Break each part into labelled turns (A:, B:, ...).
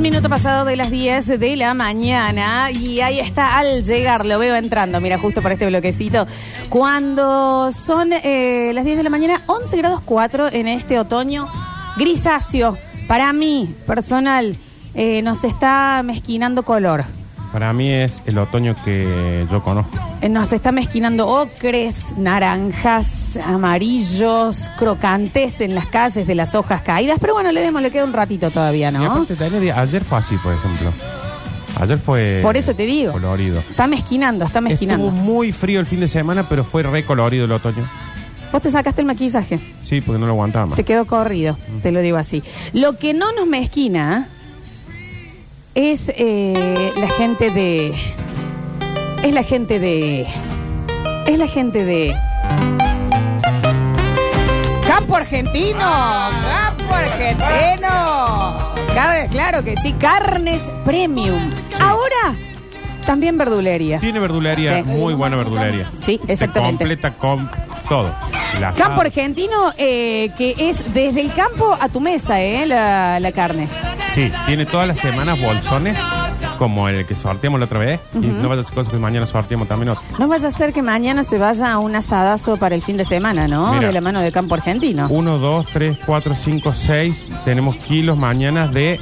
A: minutos pasados de las 10 de la mañana y ahí está al llegar, lo veo entrando, mira, justo por este bloquecito. Cuando son eh, las 10 de la mañana, 11 grados 4 en este otoño grisáceo. Para mí, personal, eh, nos está mezquinando color.
B: Para mí es el otoño que yo conozco.
A: Eh, Nos está mezquinando ocres, naranjas, amarillos, crocantes en las calles de las hojas caídas. Pero bueno, le demos, le queda un ratito todavía,
B: Y
A: ¿no?
B: aparte, Tania, de- ayer fue así, por ejemplo. Ayer fue.
A: Por eso te digo.
B: Colorido.
A: Está mezquinando, está mezquinando.
B: Estuvo muy frío el fin de semana, pero fue recolorido el otoño.
A: Vos te sacaste el maquillaje,
B: Sí, porque no lo aguantaba más.
A: te quedó corrido, te lo digo así. Lo que no nos mezquina es eh, la gente de. Es la gente de. Es la gente de. ¡Campo argentino! ¡Campo argentino! Car- claro que sí, carnes premium. Ahora, también verdulería.
B: Tiene verdulería,
A: Sí.
B: muy buena verdulería.
A: Sí, exactamente.
B: Te completa con todo. El asado.
A: Campo argentino, eh, que es desde el campo a tu mesa, ¿eh? La, la carne.
B: Sí, tiene todas las semanas bolsones, como el que sorteamos la otra vez. Y no vaya a ser cosa que mañana sorteamos también otro.
A: No vaya a ser que mañana se vaya a un asadazo para el fin de semana, ¿no?
B: Mira. Uh.
A: de la mano de campo argentino.
B: 1, 2, 3, 4, 5, 6. Tenemos kilos mañana de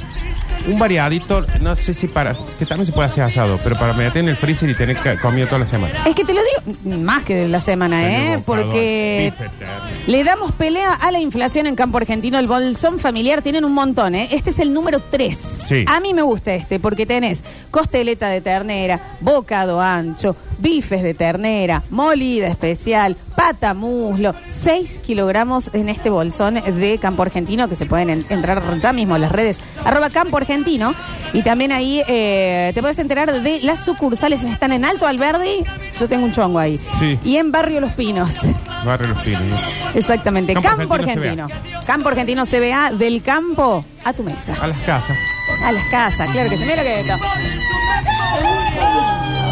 B: un variadito. No sé si para. Que también se puede hacer asado, pero para meter en el freezer y tener ca- comido toda la semana.
A: Es que te lo digo mm, más que de la semana, ¿eh?
B: Tenemos
A: Porque
B: bifes, tenemos.
A: le damos pelea a la inflación en campo argentino. El bolsón familiar tienen un montón, ¿eh? Este es el número 3.
B: Sí.
A: A mí me gusta este porque tenés costeleta de ternera, bocado ancho, bifes de ternera, molida especial, pata muslo. 6 kilogramos en este bolsón de campo argentino que se pueden en- entrar ya mismo a las redes. Arroba campo argentino. Y también ahí eh, te puedes enterar de las sucursales. Están en Alto Alberdi. Yo tengo un chongo ahí.
B: Sí.
A: Y en Barrio Los Pinos.
B: Barrio Los ¿eh? Pinos, ¿no?
A: Exactamente,
B: Campo
A: Campo,
B: Argentino
A: Argentino. Campo Argentino CBA, del campo a tu
B: A
A: mesa.
B: las casas.
A: A las casas, claro que se mira lo que es esto.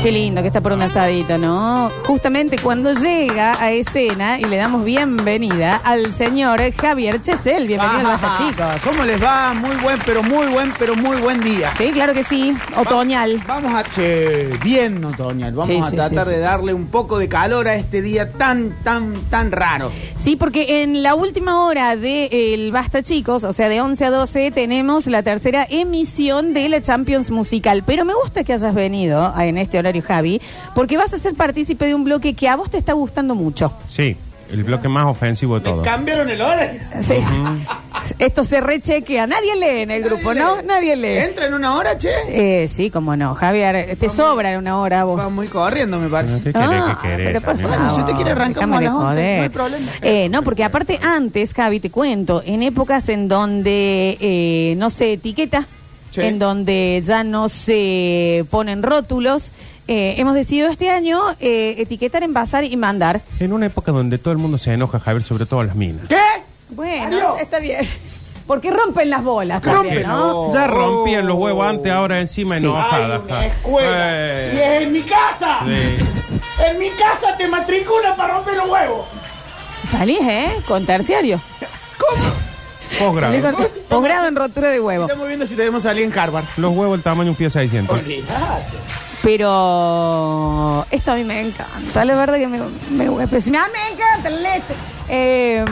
A: Qué lindo que está por un asadito, ¿no? Justamente cuando llega a escena y le damos bienvenida al señor Javier Chesel. Bienvenido a
C: Ajá.
A: chicos.
C: ¿Cómo les va? Muy buen, pero muy buen, pero muy buen día.
A: Sí, claro que sí. Otoñal.
C: Vamos a... che, bien, otoñal. Vamos
A: Sí,
C: a
A: sí,
C: tratar
A: sí, sí.
C: de darle un poco de calor a este día tan, tan, tan raro.
A: Sí, porque en la última hora del Basta Chicos, o sea, de 11 a 12, tenemos la tercera emisión de la Champions Musical. Pero me gusta que hayas venido eh, en este horario, Javi, porque vas a ser partícipe de un bloque que a vos te está gustando mucho.
B: Sí, el bloque más ofensivo de todo.
C: Me cambiaron el horario.
A: Sí. Esto se rechequea. Nadie lee en el grupo, ¿no? Nadie lee.
C: ¿Entra en una hora, che?
A: Eh, sí, cómo no, Javier. Te sobra en una hora a vos.
C: Va muy corriendo, me parece.
B: ¿Qué querés
A: Ah,
B: que querés,
A: pero por
B: amigo?
C: Bueno,
A: favor,
C: si usted quiere arrancamos
A: déjame
C: a las
A: de
C: 11, no hay
A: joder.
C: problema.
A: Eh, no, porque aparte antes, Javi, te cuento, en épocas en donde eh, no se etiqueta,
C: Sí.
A: en donde ya no se ponen rótulos, eh, hemos decidido este año eh, etiquetar, envasar y mandar.
B: En una época donde todo el mundo se enoja, Javier, sobre todo las minas.
C: ¿Qué?
A: Bueno,
C: Mario.
A: está bien. Porque rompen las bolas
B: Porque
A: también, ¿no?
C: Rompen.
B: Ya rompían los huevos antes, ahora encima
A: Sí.
B: enojada. Eh.
D: escuela. Y es en mi casa. En mi casa te matriculan para romper los huevos.
A: Salís, ¿eh? Con terciario. Salís con-
B: Posgrado.
A: Posgrado en rotura de huevo.
C: Estamos viendo si tenemos a alguien en Harvard.
B: Los huevos el tamaño de un pie 600.
D: Olvídate.
A: Pero esto a mí me encanta, la verdad que me, me, me, me encanta la leche. Eh,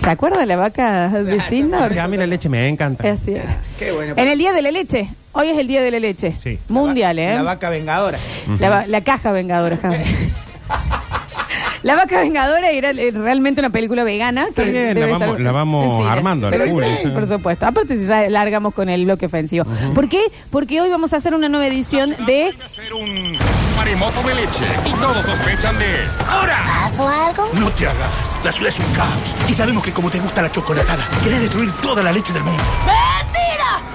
A: ¿Se acuerda la vaca de Sindor?
B: Sí, a mí la "Ah, leche me encanta.
A: Así es.
C: Qué bueno.
A: En el día de la leche, hoy es el día de la leche.
B: Sí.
A: Mundial, ¿eh?
C: La vaca vengadora.
A: La, va- la caja vengadora, Javi. La vaca vengadora era eh, realmente una película vegana.
B: Está
A: que
B: bien,
A: debe
B: la
A: estar
B: vamos- la vamos
A: en cines.
B: armando al
A: Pero
B: culo.
A: sí, por supuesto. Aparte, si ya largamos con el bloque ofensivo. ¿Por qué? Porque hoy vamos a hacer una nueva edición de
E: hacer un maremoto de leche y todos sospechan de ahora.
F: ¿Pasó algo?
G: No te hagas. La ciudad es un caos. Y sabemos que como te gusta la chocolatada, querés destruir toda la leche del mundo.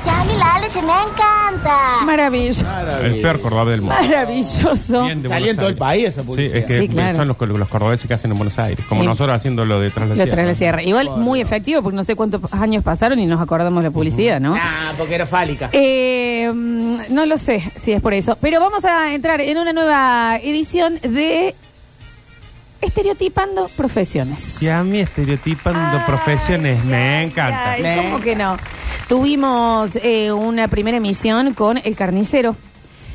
F: Si a mí la leche me encanta.
A: Maravilloso.
B: El peor cordobés del mundo.
A: Maravilloso.
B: Bien de
C: Salía
B: Buenos
C: en todo el
B: Aires.
C: país esa
B: Sí,
C: publicidad.
B: es que
A: Sí, claro.
B: son los, los cordobeses que hacen en Buenos Aires. Como
A: Sí.
B: nosotros haciendo lo de Tras
A: Lo
B: la Sierra.
A: trae la sierra. Igual muy efectivo, porque no sé cuántos años pasaron y nos acordamos la publicidad, ¿no?
C: Ah, porque era fálica.
A: Eh, mm, no lo sé si es por eso. Pero vamos a entrar en una nueva edición de Estereotipando Profesiones.
B: Y a mí estereotipando
A: Ay,
B: profesiones me
A: ay,
B: encanta.
A: ay,
C: Me
A: ¿Cómo que no? Tuvimos eh, una primera emisión con el carnicero.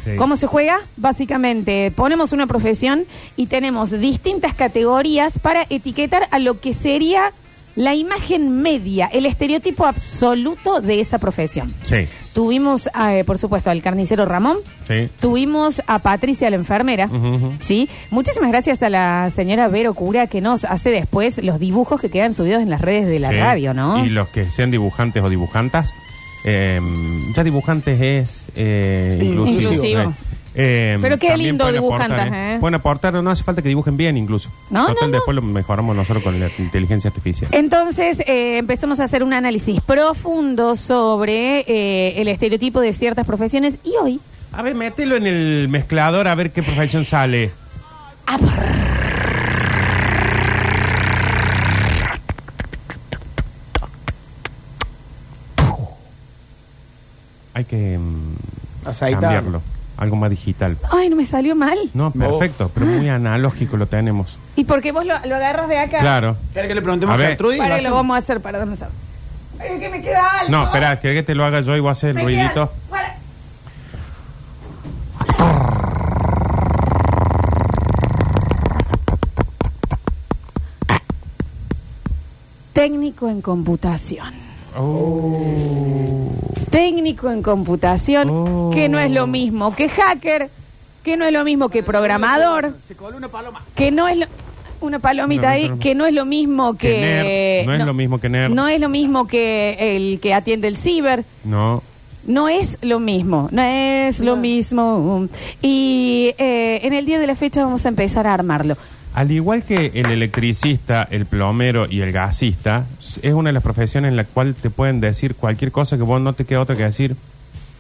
B: Sí.
A: ¿Cómo se juega? Básicamente, ponemos una profesión y tenemos distintas categorías para etiquetar a lo que sería la imagen media, el estereotipo absoluto de esa profesión.
B: Sí.
A: Tuvimos, eh, por supuesto, al carnicero Ramón.
B: Sí.
A: Tuvimos a Patricia, la enfermera.
B: Ujú, ujú.
A: ¿sí? Muchísimas gracias a la señora Vero Cura que nos hace después los dibujos que quedan subidos en las redes de la
B: Sí.
A: radio, ¿no?
B: Y los que sean dibujantes o dibujantas. eh, ya dibujantes es eh, inclusivo.
A: Inclusivo.
B: Sí. Eh,
A: Pero qué
B: también
A: lindo
B: pueden
A: dibujantes,
B: aportar,
A: ¿eh?
B: Pueden aportar, no hace falta que dibujen bien incluso.
A: No,
B: Total,
A: no, no.
B: después lo mejoramos nosotros con la inteligencia artificial.
A: Entonces eh, empezamos a hacer un análisis profundo sobre eh, el estereotipo de ciertas profesiones y hoy
B: A ver, mételo en el mezclador a ver qué profesión sale. Hay que mm,
C: Aceitarlo.
B: cambiarlo. Algo más digital.
A: Ay, no me salió mal.
B: No, perfecto, pero muy analógico lo tenemos.
A: ¿Y por qué vos lo, lo agarras de acá?
B: Claro.
C: ¿Querés que le preguntemos
B: A
C: a
B: ver.
C: Gertrudis?
A: Para
C: ¿Lo
A: lo
C: hacemos?
A: vamos a hacer para darnos a... Ay, que me queda algo.
B: No, espera, ¿querés que te lo haga yo y voy a hacer el
A: Me queda-
B: ruidito?
A: para- Técnico en computación. Técnico en computación,
B: Oh.
A: que no es lo mismo que hacker, que no es lo mismo que programador,
C: Se coló una paloma.
A: que no es lo- una palomita
B: Una
A: ahí,
B: paloma.
A: que no es lo mismo que,
B: Que nerd. No es lo mismo que nerd.
A: no es lo mismo que el que atiende el ciber,
B: No.
A: no es lo mismo, no es lo mismo. Y eh, en el día de la fecha vamos a empezar a armarlo.
B: Al igual que el electricista, el plomero y el gasista, es una de las profesiones en la cual te pueden decir cualquier cosa que vos no te queda otra que decir.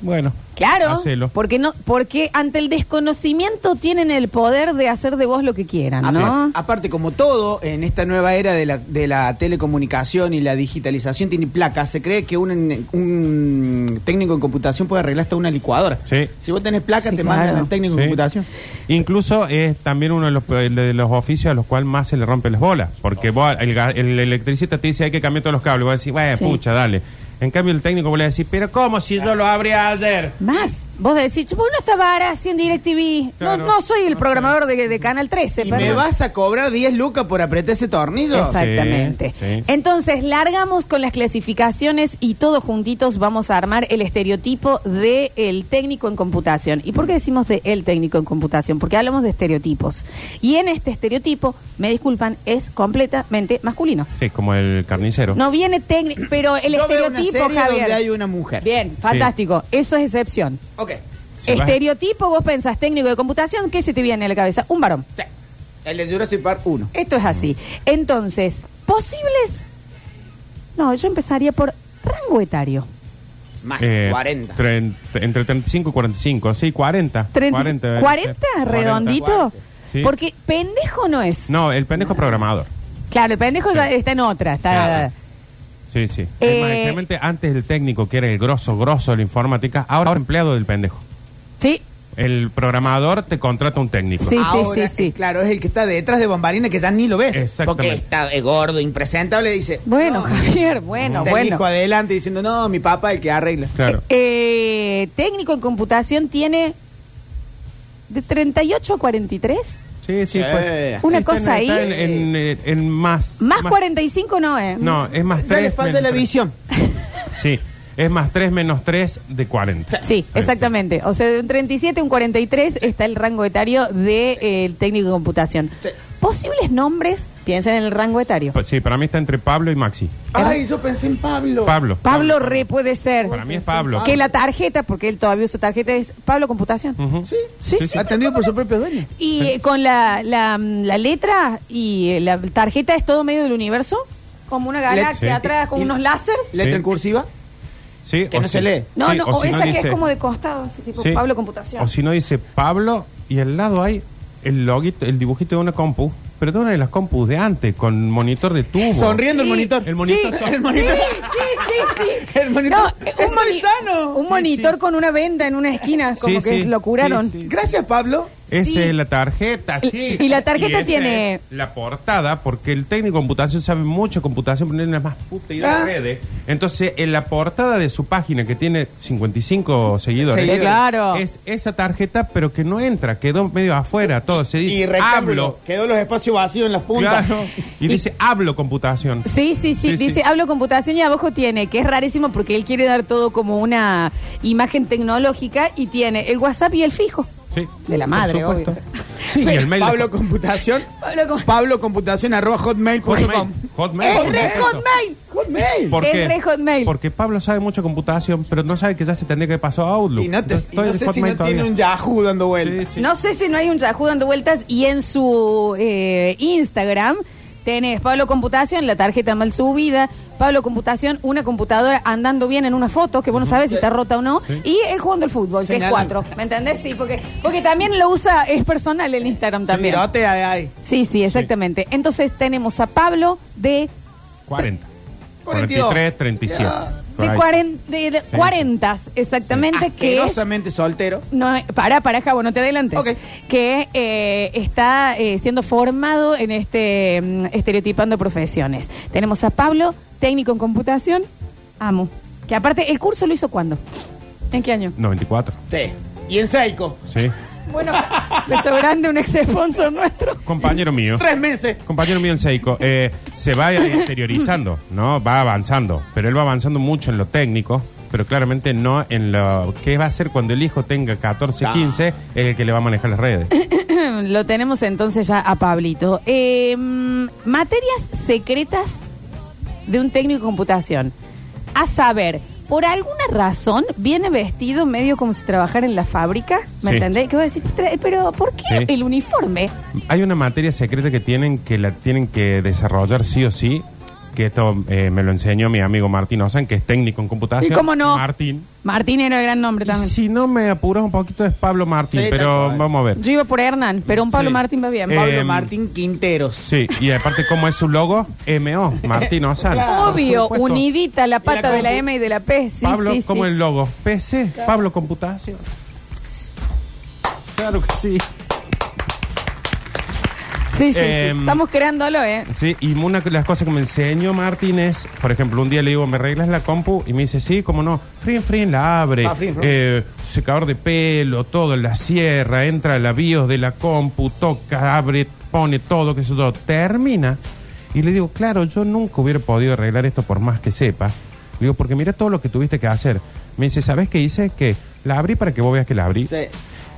B: Bueno,
A: Claro,
B: hacelo.
A: porque no, porque ante el desconocimiento tienen el poder de hacer de vos lo que quieran, Ah, ¿no?
C: Aparte, como todo, en esta nueva era de la, de la telecomunicación y la digitalización tiene placas, se cree que un, un técnico en computación puede arreglar hasta una licuadora.
B: Sí.
C: Si vos tenés placas,
A: Sí,
C: te
A: claro.
C: mandan al técnico en
B: Sí.
C: computación.
B: Incluso es también uno de los, de los oficios a los cuales más se le rompen las bolas. Porque vos, el, ga- el electricista te dice hay que cambiar todos los cables. Vos decís, bueno,
A: Sí.
B: pucha, dale. En cambio, el técnico vos le decís, pero ¿cómo si yo lo abría ayer?
A: Más, vos decís, vos no estaba ahora haciendo DirecTV, no,
B: Claro.
A: no soy el programador de, de Canal 13.
C: Y
A: perdón.
C: me vas a cobrar 10 lucas por apretar ese tornillo.
A: Exactamente.
B: Sí, sí.
A: Entonces, largamos con las clasificaciones y todos juntitos vamos a armar el estereotipo de el técnico en computación. ¿Y por qué decimos de el técnico en computación? Porque hablamos de estereotipos. Y en este estereotipo, me disculpan, es completamente masculino.
B: Sí, como el carnicero.
A: No viene técnico, pero el
C: Yo veo una
A: estereotipo,
C: serie
A: Javier.
C: donde hay una mujer.
A: Bien, fantástico. Eso es excepción.
C: Ok.
B: Se va-
A: estereotipo, vos pensás técnico de computación, ¿qué se te viene a la cabeza? Un varón.
C: Sí. El de Jurassic Park 1.
A: Esto es así. Entonces, posibles. No, yo empezaría por rango etario.
C: Más
B: Eh,
C: 40.
B: tren- entre 35 y 45, sí, 40.
A: Treinta-
B: 40,
A: ¿40?
B: debe ser.
A: ¿Redondito?
C: 40.
B: Sí.
A: Porque pendejo no es.
B: No, el pendejo es programador.
A: Claro, el pendejo ya está en otra. Está...
B: Claro. Sí, sí.
A: Eh,
B: Es más, generalmente antes el técnico, que era el grosso, grosso de la informática, ahora es empleado del pendejo.
A: Sí,
B: El programador te contrata un técnico.
A: Sí, sí,
C: Ahora,
A: sí, sí.
C: eh, Claro, es el que está detrás de Bambarina que ya ni lo ves.
B: Exactamente.
C: Porque está eh, gordo, impresentable, dice.
A: bueno,
C: no,
A: Javier, bueno,
C: está el
A: bueno.
C: hijo adelante diciendo, no, mi papá el que arregla.
B: Claro.
A: Eh, técnico en computación tiene de 38 a 43.
B: Sí, sí. pues. Este
C: Sí.
A: Una
B: está
A: cosa
B: en-
A: ahí. eh,
B: está En, en- en más.
A: Más 45 no es.
B: No, es más 3.
C: Ya le falta la visión.
B: Sí. Es más 3 menos 3 de 40.
A: Sí, exactamente. O sea, de un 37 a un 43 está el rango etario del de, eh, el técnico de computación.
C: Sí.
A: Posibles nombres, piensen en el rango etario.
B: Pa- Sí, para mí está entre Pablo y Maxi.
C: Ay, yo pensé en Pablo.
B: Pablo.
A: Pablo Re puede ser.
B: Para mí es Pablo.
A: Que la tarjeta, porque él todavía usa tarjeta, es Pablo Computación.
B: Ujú.
C: Sí,
A: Sí, sí,
C: Atendido por su propio dueño.
A: Y eh, con la, la, mm, la letra y eh, la tarjeta es todo medio del universo, como una galaxia
B: Sí.
A: atrás con
C: Y-
A: unos láseres.
C: Letra
B: Sí.
C: en cursiva.
B: Sí,
C: Que
B: o
C: no se
B: si-
C: lee.
A: No,
B: sí,
A: no, o,
B: si
A: esa que
B: dice-
A: es como de costado, así, tipo
B: Sí.
A: Pablo Computación.
B: O si no dice Pablo y al lado hay el loguito, el dibujito de una compu, pero de una de las compus de antes, con monitor de tubo.
C: Sonriendo el monitor.
B: El monitor.
A: Sí,
B: El
C: monitor.
A: Sí, sí, sí, sí.
C: El monitor.
A: eh,
C: Estoy sano.
A: Un
C: Sí,
A: monitor con una venda en una esquina, como
B: Sí,
A: que
B: sí.
A: lo curaron.
B: Sí, sí.
C: Gracias, Pablo.
B: Esa
A: Sí.
B: es eh, la tarjeta, sí.
A: Y- y la tarjeta
B: esa
A: tiene-
B: es la portada, porque el técnico de computación sabe mucho de computación, pero no tiene la más puta idea
C: Ah.
B: de redes. Entonces, en la portada de su página, que tiene 55 seguidores,
C: Seguidores.
A: Claro.
B: es esa tarjeta, pero que no entra, quedó medio afuera, todo. Se dice,
D: Y rectángulo.
B: hablo.
D: Quedó los espacios vacíos en las puntas.
B: Claro. Y, dice, hablo computación.
A: Sí, sí, sí,
B: Sí,
A: Dice,
B: sí.
A: hablo computación y abajo tiene, que es rarísimo porque él quiere dar todo como una imagen tecnológica y tiene el WhatsApp y el fijo.
B: Sí.
A: De la
B: Por
A: madre,
B: supuesto.
A: obvio.
B: Sí, y el mail. de-
C: Pablo Computación.
A: Pablo, ¿cómo-
C: Pablo Computación arroba hotmail.com.
B: Hotmail. Hotmail.
A: Es re
B: perfecto.
A: hotmail.
C: Hotmail.
B: ¿Por
A: Es
B: qué?
A: re Hotmail.
B: Porque Pablo sabe mucho de computación, pero no sabe que ya se tendría que pasar a Outlook.
C: Y no, te,
B: Entonces,
C: y no
B: estoy
C: sé
B: en
C: si no
B: Hotmail
C: tiene un
B: todavía.
C: Yahoo dando
B: Sí,
C: vueltas.
B: sí.
A: No sé si no hay un Yahoo dando vueltas y en su eh, Instagram tenés Pablo Computación, la tarjeta mal subida, Pablo Computación, una computadora andando bien en una foto, que vos no sabés si está rota o no, y él jugando al fútbol, que es
C: Señalan.
A: cuatro. ¿Me entendés? Sí, porque, porque también lo usa, es personal el Instagram también.
C: Pirote ahí, ahí.
A: Sí, sí, exactamente. Entonces tenemos a Pablo de,
B: 40.
C: 42.
B: 43, 37.
C: Ah,
B: por
A: de,
B: ahí.
A: cuaren- de, de
B: Sí.
A: cuarentas, exactamente, que es...
C: Asquerosamente soltero.
A: No, para, para, Javo, no te adelantes.
C: Ok.
A: Que eh, está eh, siendo formado en este mm, estereotipando profesiones. Tenemos a Pablo, técnico en computación, amo. Que aparte, ¿el curso lo hizo cuándo? ¿En qué año?
B: 94.
D: Sí. Y en Seiko.
B: Sí.
A: Bueno, beso grande, un ex sponsor nuestro.
B: Compañero mío.
D: Tres meses.
B: Compañero mío en Seiko. eh, se va exteriorizando, ¿no? Va avanzando. Pero él va avanzando mucho en lo técnico. Pero claramente no en lo. ¿Qué va a hacer cuando el hijo tenga 14, 15? Es el que le va a manejar las redes.
A: lo tenemos entonces ya a Pablito. Eh, mm, materias secretas de un técnico de computación. A saber, por alguna razón viene vestido medio como si trabajara en la fábrica. ¿Me
B: Sí.
A: entendés? Que voy a decir, pues, tra- pero ¿por qué
B: Sí.
A: el uniforme?
B: Hay una materia secreta que tienen que la tienen que desarrollar sí o sí, que esto eh, me lo enseñó mi amigo Martín Ozan, que es técnico en computación.
A: ¿Y cómo no?
B: Martín.
A: Martín era el gran nombre
B: Y
A: también.
B: si no me apuras un poquito es Pablo Martín,
C: Sí, tal
B: pero
C: cual.
B: vamos a ver.
A: Yo iba por Hernán, pero un Pablo
B: Sí.
A: Martín va bien.
B: Eh,
C: Pablo
B: Em.
C: Martín Quinteros.
B: Sí, y aparte cómo es su logo, MO, Martín Ozan. Por
A: Obvio,
B: supuesto.
A: unidita la pata de la
C: compu.
A: M y de la P. Sí,
B: Pablo,
A: sí, sí.
B: como el logo, PC, Pablo Computación. Claro que sí.
A: Sí, sí, sí.
B: Em.
A: Estamos creándolo, ¿eh?
B: Sí, y una de las cosas que me enseñó Martín es, por ejemplo, un día le digo, ¿me arreglas la compu? Y me dice, sí, cómo no. Frin, frin, la abre.
C: Ah, frin, frin.
B: eh, secador de pelo, todo, la cierra, entra la BIOS de la compu, toca, abre, pone todo, que eso todo. Termina. Y le digo, claro, yo nunca hubiera podido arreglar esto por más que sepa. Le digo, porque mira todo lo que tuviste que hacer. Me dice, ¿sabes qué hice? Que la abrí para que vos veas que la abrí.
C: Sí.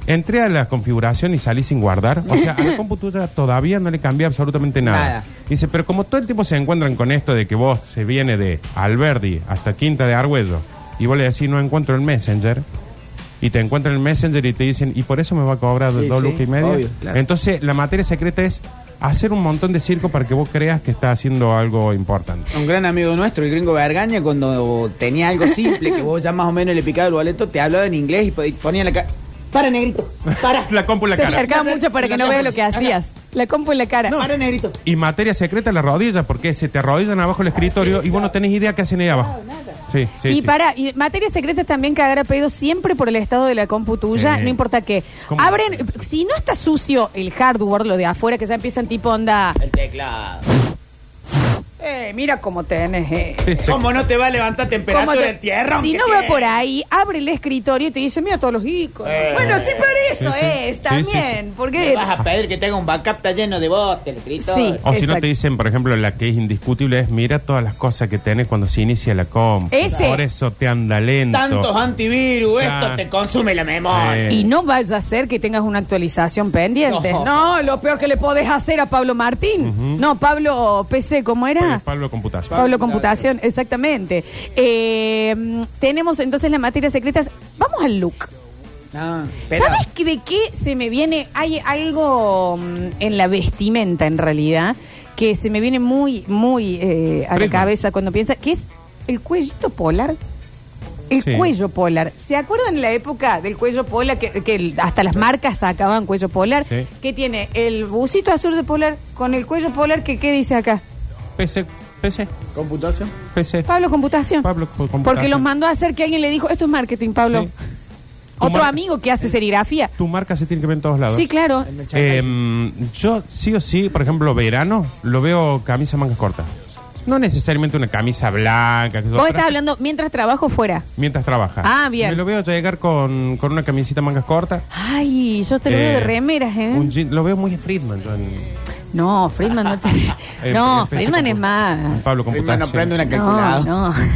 B: Entré a la configuración y salí sin guardar. O sea, a la computadora todavía no le cambié absolutamente nada.
C: Nada.
B: Dice, pero como todo el tiempo se encuentran con esto de que vos se viene de Alberdi hasta Quinta de Argüello y vos le decís, no encuentro el Messenger, y te encuentran el Messenger y te dicen, y por eso me va a cobrar
C: Sí,
B: dos
C: sí,
B: lucas y media.
C: obvio, claro.
B: Entonces, la materia secreta es hacer un montón de circo para que vos creas que estás haciendo algo importante.
C: Un gran amigo nuestro, el gringo Vergaña, cuando tenía algo simple que vos ya más o menos le picaba el boleto, te hablaba en inglés y po- y ponía la cara.
D: Para, negrito. Para.
B: La compu en la
A: Se
B: cara.
A: acercaba mucho para que no veas lo que hacías. La compu en la cara.
D: Para, negrito.
B: Y materia secreta en la rodilla, porque se te arrodillan abajo el escritorio y vos no tenés idea qué hacen ahí abajo. Sí, sí,
A: y
B: sí.
A: para, y materias secretas también cagar a pedo siempre por el estado de la compu tuya,
B: Sí.
A: no importa qué.
B: ¿Cómo?
A: Abren, si no está sucio el hardware, lo de afuera, que ya empiezan tipo onda.
D: El teclado.
A: Eh, mira cómo tenés, eh.
B: Sí, sí.
D: ¿Cómo no te va a levantar
A: Cómo
D: temperatura
A: te-
D: del tierra?
A: si
D: aunque
A: no va
D: te-
A: por ahí, abre el escritorio y te dice, mira todos los iconos. Bueno, sí, por eso
B: Eh. Sí, sí.
A: es,
B: Sí,
A: también.
B: sí,
A: Porque.
D: Vas a pedir que tenga un backup está lleno de botes, negrito.
A: Sí.
B: O si no
A: Exacto.
B: te dicen, por ejemplo, la que es indiscutible es mira todas las cosas que tenés cuando se inicia la comp.
A: Ese.
B: Por eso te anda lento.
D: Tantos antivirus, esto
B: Ah.
D: te consume la memoria.
B: Sí.
A: Y no vaya a ser que tengas una actualización pendiente. No,
D: No.
A: lo peor que le podés hacer a Pablo Martín. No, Pablo PC, ¿cómo era?
B: Oye, Pablo Computación.
A: Pablo Computación, exactamente. Eh, mm, tenemos entonces las materias secretas. Vamos al look.
C: No, espera.
A: ¿Sabes que de qué se me viene? Hay algo mm, en la vestimenta, en realidad, que se me viene muy, muy eh, a la
B: Prenda.
A: cabeza cuando piensa, que es el cuellito polar. El
B: Sí.
A: cuello polar. ¿Se acuerdan la época del cuello polar? Que, que el- hasta las marcas sacaban cuello polar.
B: Sí.
A: Que tiene el bucito azul de polar con el cuello polar que, ¿qué dice acá?
B: PC, PC,
C: Computación.
B: PC.
A: Pablo Computación.
B: Pablo Co- Computación.
A: Porque los mandó a hacer que alguien le dijo, esto es marketing, Pablo.
B: Sí. Tu
A: Otro
B: marca-
A: amigo que hace serigrafía.
B: Tu marca se tiene que ver en todos lados.
A: Sí, claro.
C: El merchandising.
B: Eh, yo sí o sí, por ejemplo, verano, lo veo camisa mangas cortas. No necesariamente una camisa blanca. que yo-
A: Vos
B: pero-
A: estás hablando mientras trabajo fuera.
B: Mientras trabaja.
A: Ah, bien.
B: Me lo veo llegar con, con una camisita mangas cortas.
A: Ay, yo te lo veo
B: Eh,
A: de remeras, ¿eh?
B: un jean- lo veo muy Friedman. yo en-
A: No, Friedman no te...
B: eh,
A: No,
B: en- en-
A: Friedman es
B: en
A: más...
B: Pablo
C: Friedman no
B: Computación.
C: prende una
A: No,
C: calculadora.
A: no.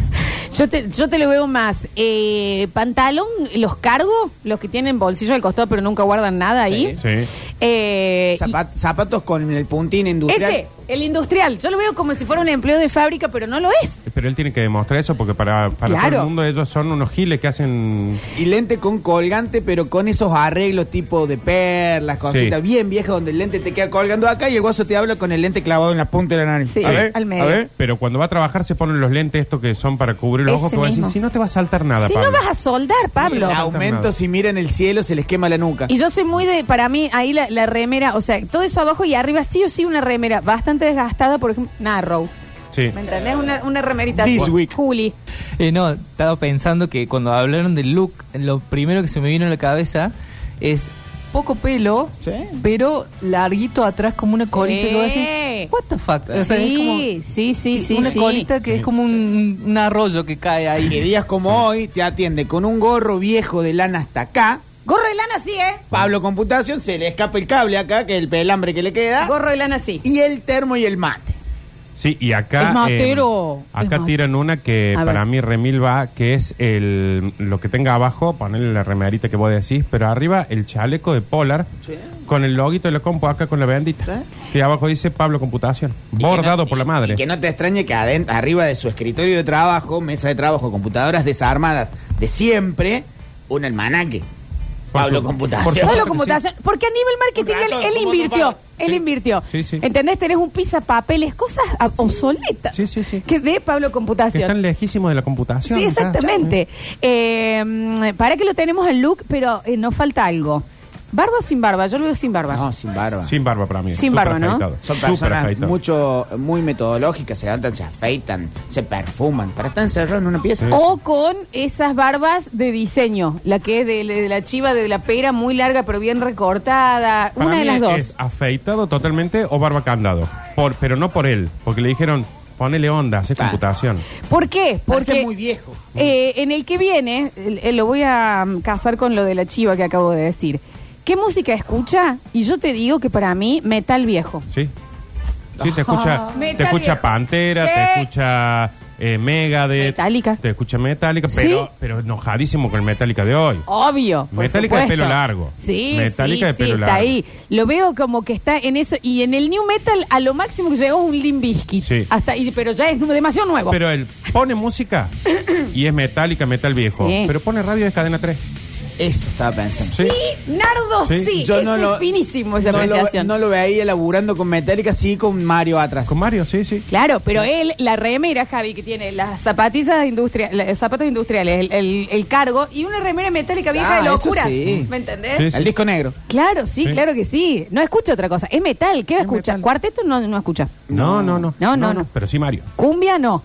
A: Yo te, yo te lo veo más. Eh, pantalón, los cargo, los que tienen bolsillo al costado pero nunca guardan nada ahí.
B: Sí.
A: Eh, y-
C: Zapat- zapatos con el puntín industrial.
A: ese, el industrial. Yo lo veo como si fuera un empleo de fábrica, pero no lo es.
B: Pero él tiene que demostrar eso porque para, para
A: Claro.
B: todo el mundo ellos son unos giles que hacen...
C: Y lente con colgante, pero con esos arreglos tipo de perlas, cositas
B: Sí.
C: bien viejas, donde el lente te queda colgando acá y el guaso te habla con el lente clavado en la punta de la nariz.
A: Sí,
B: A ver,
A: al medio.
B: a ver. ¿eh? Pero cuando va a trabajar se ponen los lentes estos que son para cubrir los
A: Ese
B: ojos. Que va a decir,
A: mismo.
B: si no te va a saltar nada,
A: si
B: Pablo.
A: no vas a soldar, Pablo.
C: El aumento, si mira en el cielo, se les quema la nuca.
A: Y yo soy muy de, para mí, ahí la, la remera, o sea, todo eso abajo y arriba sí o sí una remera bastante desgastada, por ejemplo, Narrow.
B: Sí.
A: ¿Me entendés? Una, una remerita
C: This
A: así.
C: week.
A: Juli.
H: Eh, no, estaba pensando que cuando hablaron del look, lo primero que se me vino a la cabeza es poco pelo,
C: Sí.
H: pero larguito atrás como una colita. Y vos
A: Sí.
H: decís, what the fuck? O sea, es
A: Sí,
H: como
A: sí, sí, sí.
H: una
A: sí.
H: colita que es como un, un arroyo que cae
C: Que
H: ahí.
C: días como hoy te atiende con un gorro viejo de lana hasta acá.
A: Gorro de lana sí, ¿eh?
C: Pablo Computación se le escapa el cable acá, que es el pelambre que le
B: Ah.
C: queda.
A: Gorro de lana sí.
C: Y el termo y el mate.
B: Sí, y acá...
A: El matero.
B: eh, acá
A: El ma-
B: tiran una que
A: A
B: para
A: ver.
B: mí remil va, que es el lo que tenga abajo, ponerle la remerita que vos decís, pero arriba el chaleco de Polar con el loguito de la compu acá con la bandita. Que abajo dice Pablo Computación. Bordado por la madre.
C: Y que no te extrañe que adentro, arriba de su escritorio de trabajo, mesa de trabajo, computadoras desarmadas de siempre, un almanaque.
B: Por
C: Pablo
B: su-
C: Computación.
B: por supuesto
A: Pablo
B: que
A: Computación. Porque a nivel marketing él,
C: Rato,
A: él
C: como
A: invirtió.
C: Pablo.
A: Él
B: Sí.
A: invirtió.
B: Sí, sí.
A: ¿Entendés? Tenés un papeles, cosas a- obsoletas.
B: Sí, sí, sí.
A: Que de Pablo
B: Que están
A: Computación.
B: lejísimos de la computación.
A: Sí,
B: acá.
A: exactamente. Eh, mm, para que lo tenemos al look, pero eh, nos falta algo. ¿Barba o sin barba? Yo lo veo sin barba.
C: No, sin barba.
B: Sin barba para mí.
A: Sin barba, ¿no?
C: Son
B: Súper
C: personas
B: afeitado.
C: mucho, muy metodológicas, se levantan, se afeitan, se perfuman, para estar encerrados en una pieza.
A: O con esas barbas de diseño, la que es de, de la chiva, de la pera, muy larga pero bien recortada.
B: Para
A: Una de
B: mí
A: las dos.
B: Es afeitado totalmente o barba candado. Por, pero no por él, porque le dijeron, ponele onda, hace
C: Ah.
B: computación.
A: ¿Por qué?
C: Parece
A: Oh, Porque
C: muy viejo.
A: eh, en el que viene, el- el- lo voy a mm, casar con lo de la chiva que acabo de decir. ¿Qué música escucha? Y yo te digo que para mí, metal viejo.
B: ¿Sí? Sí, te escucha, te
A: Metal
B: escucha
A: viejo.
B: Pantera,
A: Sí.
B: te escucha eh, Megadeth.
A: Metallica.
B: Te escucha Metallica,
A: Sí.
B: pero, pero enojadísimo con el Metallica de hoy.
A: Obvio. por
B: Metallica de
A: supuesto.
B: pelo largo.
A: Sí, sí,
B: Metallica de pelo
A: sí,
B: largo.
A: Está ahí. Lo veo como que está en eso. Y en el new metal, a lo máximo que llegó es un Limp Bizkit.
B: Sí.
A: Hasta, y- pero ya es demasiado nuevo.
B: Pero él pone música y es Metallica, metal viejo.
A: Sí.
B: Pero pone radio de cadena 3.
C: Eso estaba pensando.
B: Sí.
A: Nardo, sí.
B: Sí.
A: es finísimo esa
C: no lo-
A: apreciación.
C: no lo veía laburando con Metallica, sí con Mario atrás.
B: Con Mario, sí, sí.
A: Claro, pero él, la remera, Javi, que tiene las zapatillas industriales, los zapatos industriales, el, el- el cargo y una remera metálica vieja
C: Ah,
A: de
C: eso
A: locuras.
C: sí.
A: ¿Me entendés?
B: Sí,
C: El disco negro.
A: Claro, sí,
B: Sí.
A: claro que sí. No escucha otra cosa. Es metal. ¿Qué va a
B: Es
A: escuchar?
B: metal.
A: Cuarteto no, no escucha.
B: No, no, no.
A: No, no, no.
B: Pero sí Mario.
A: Cumbia no.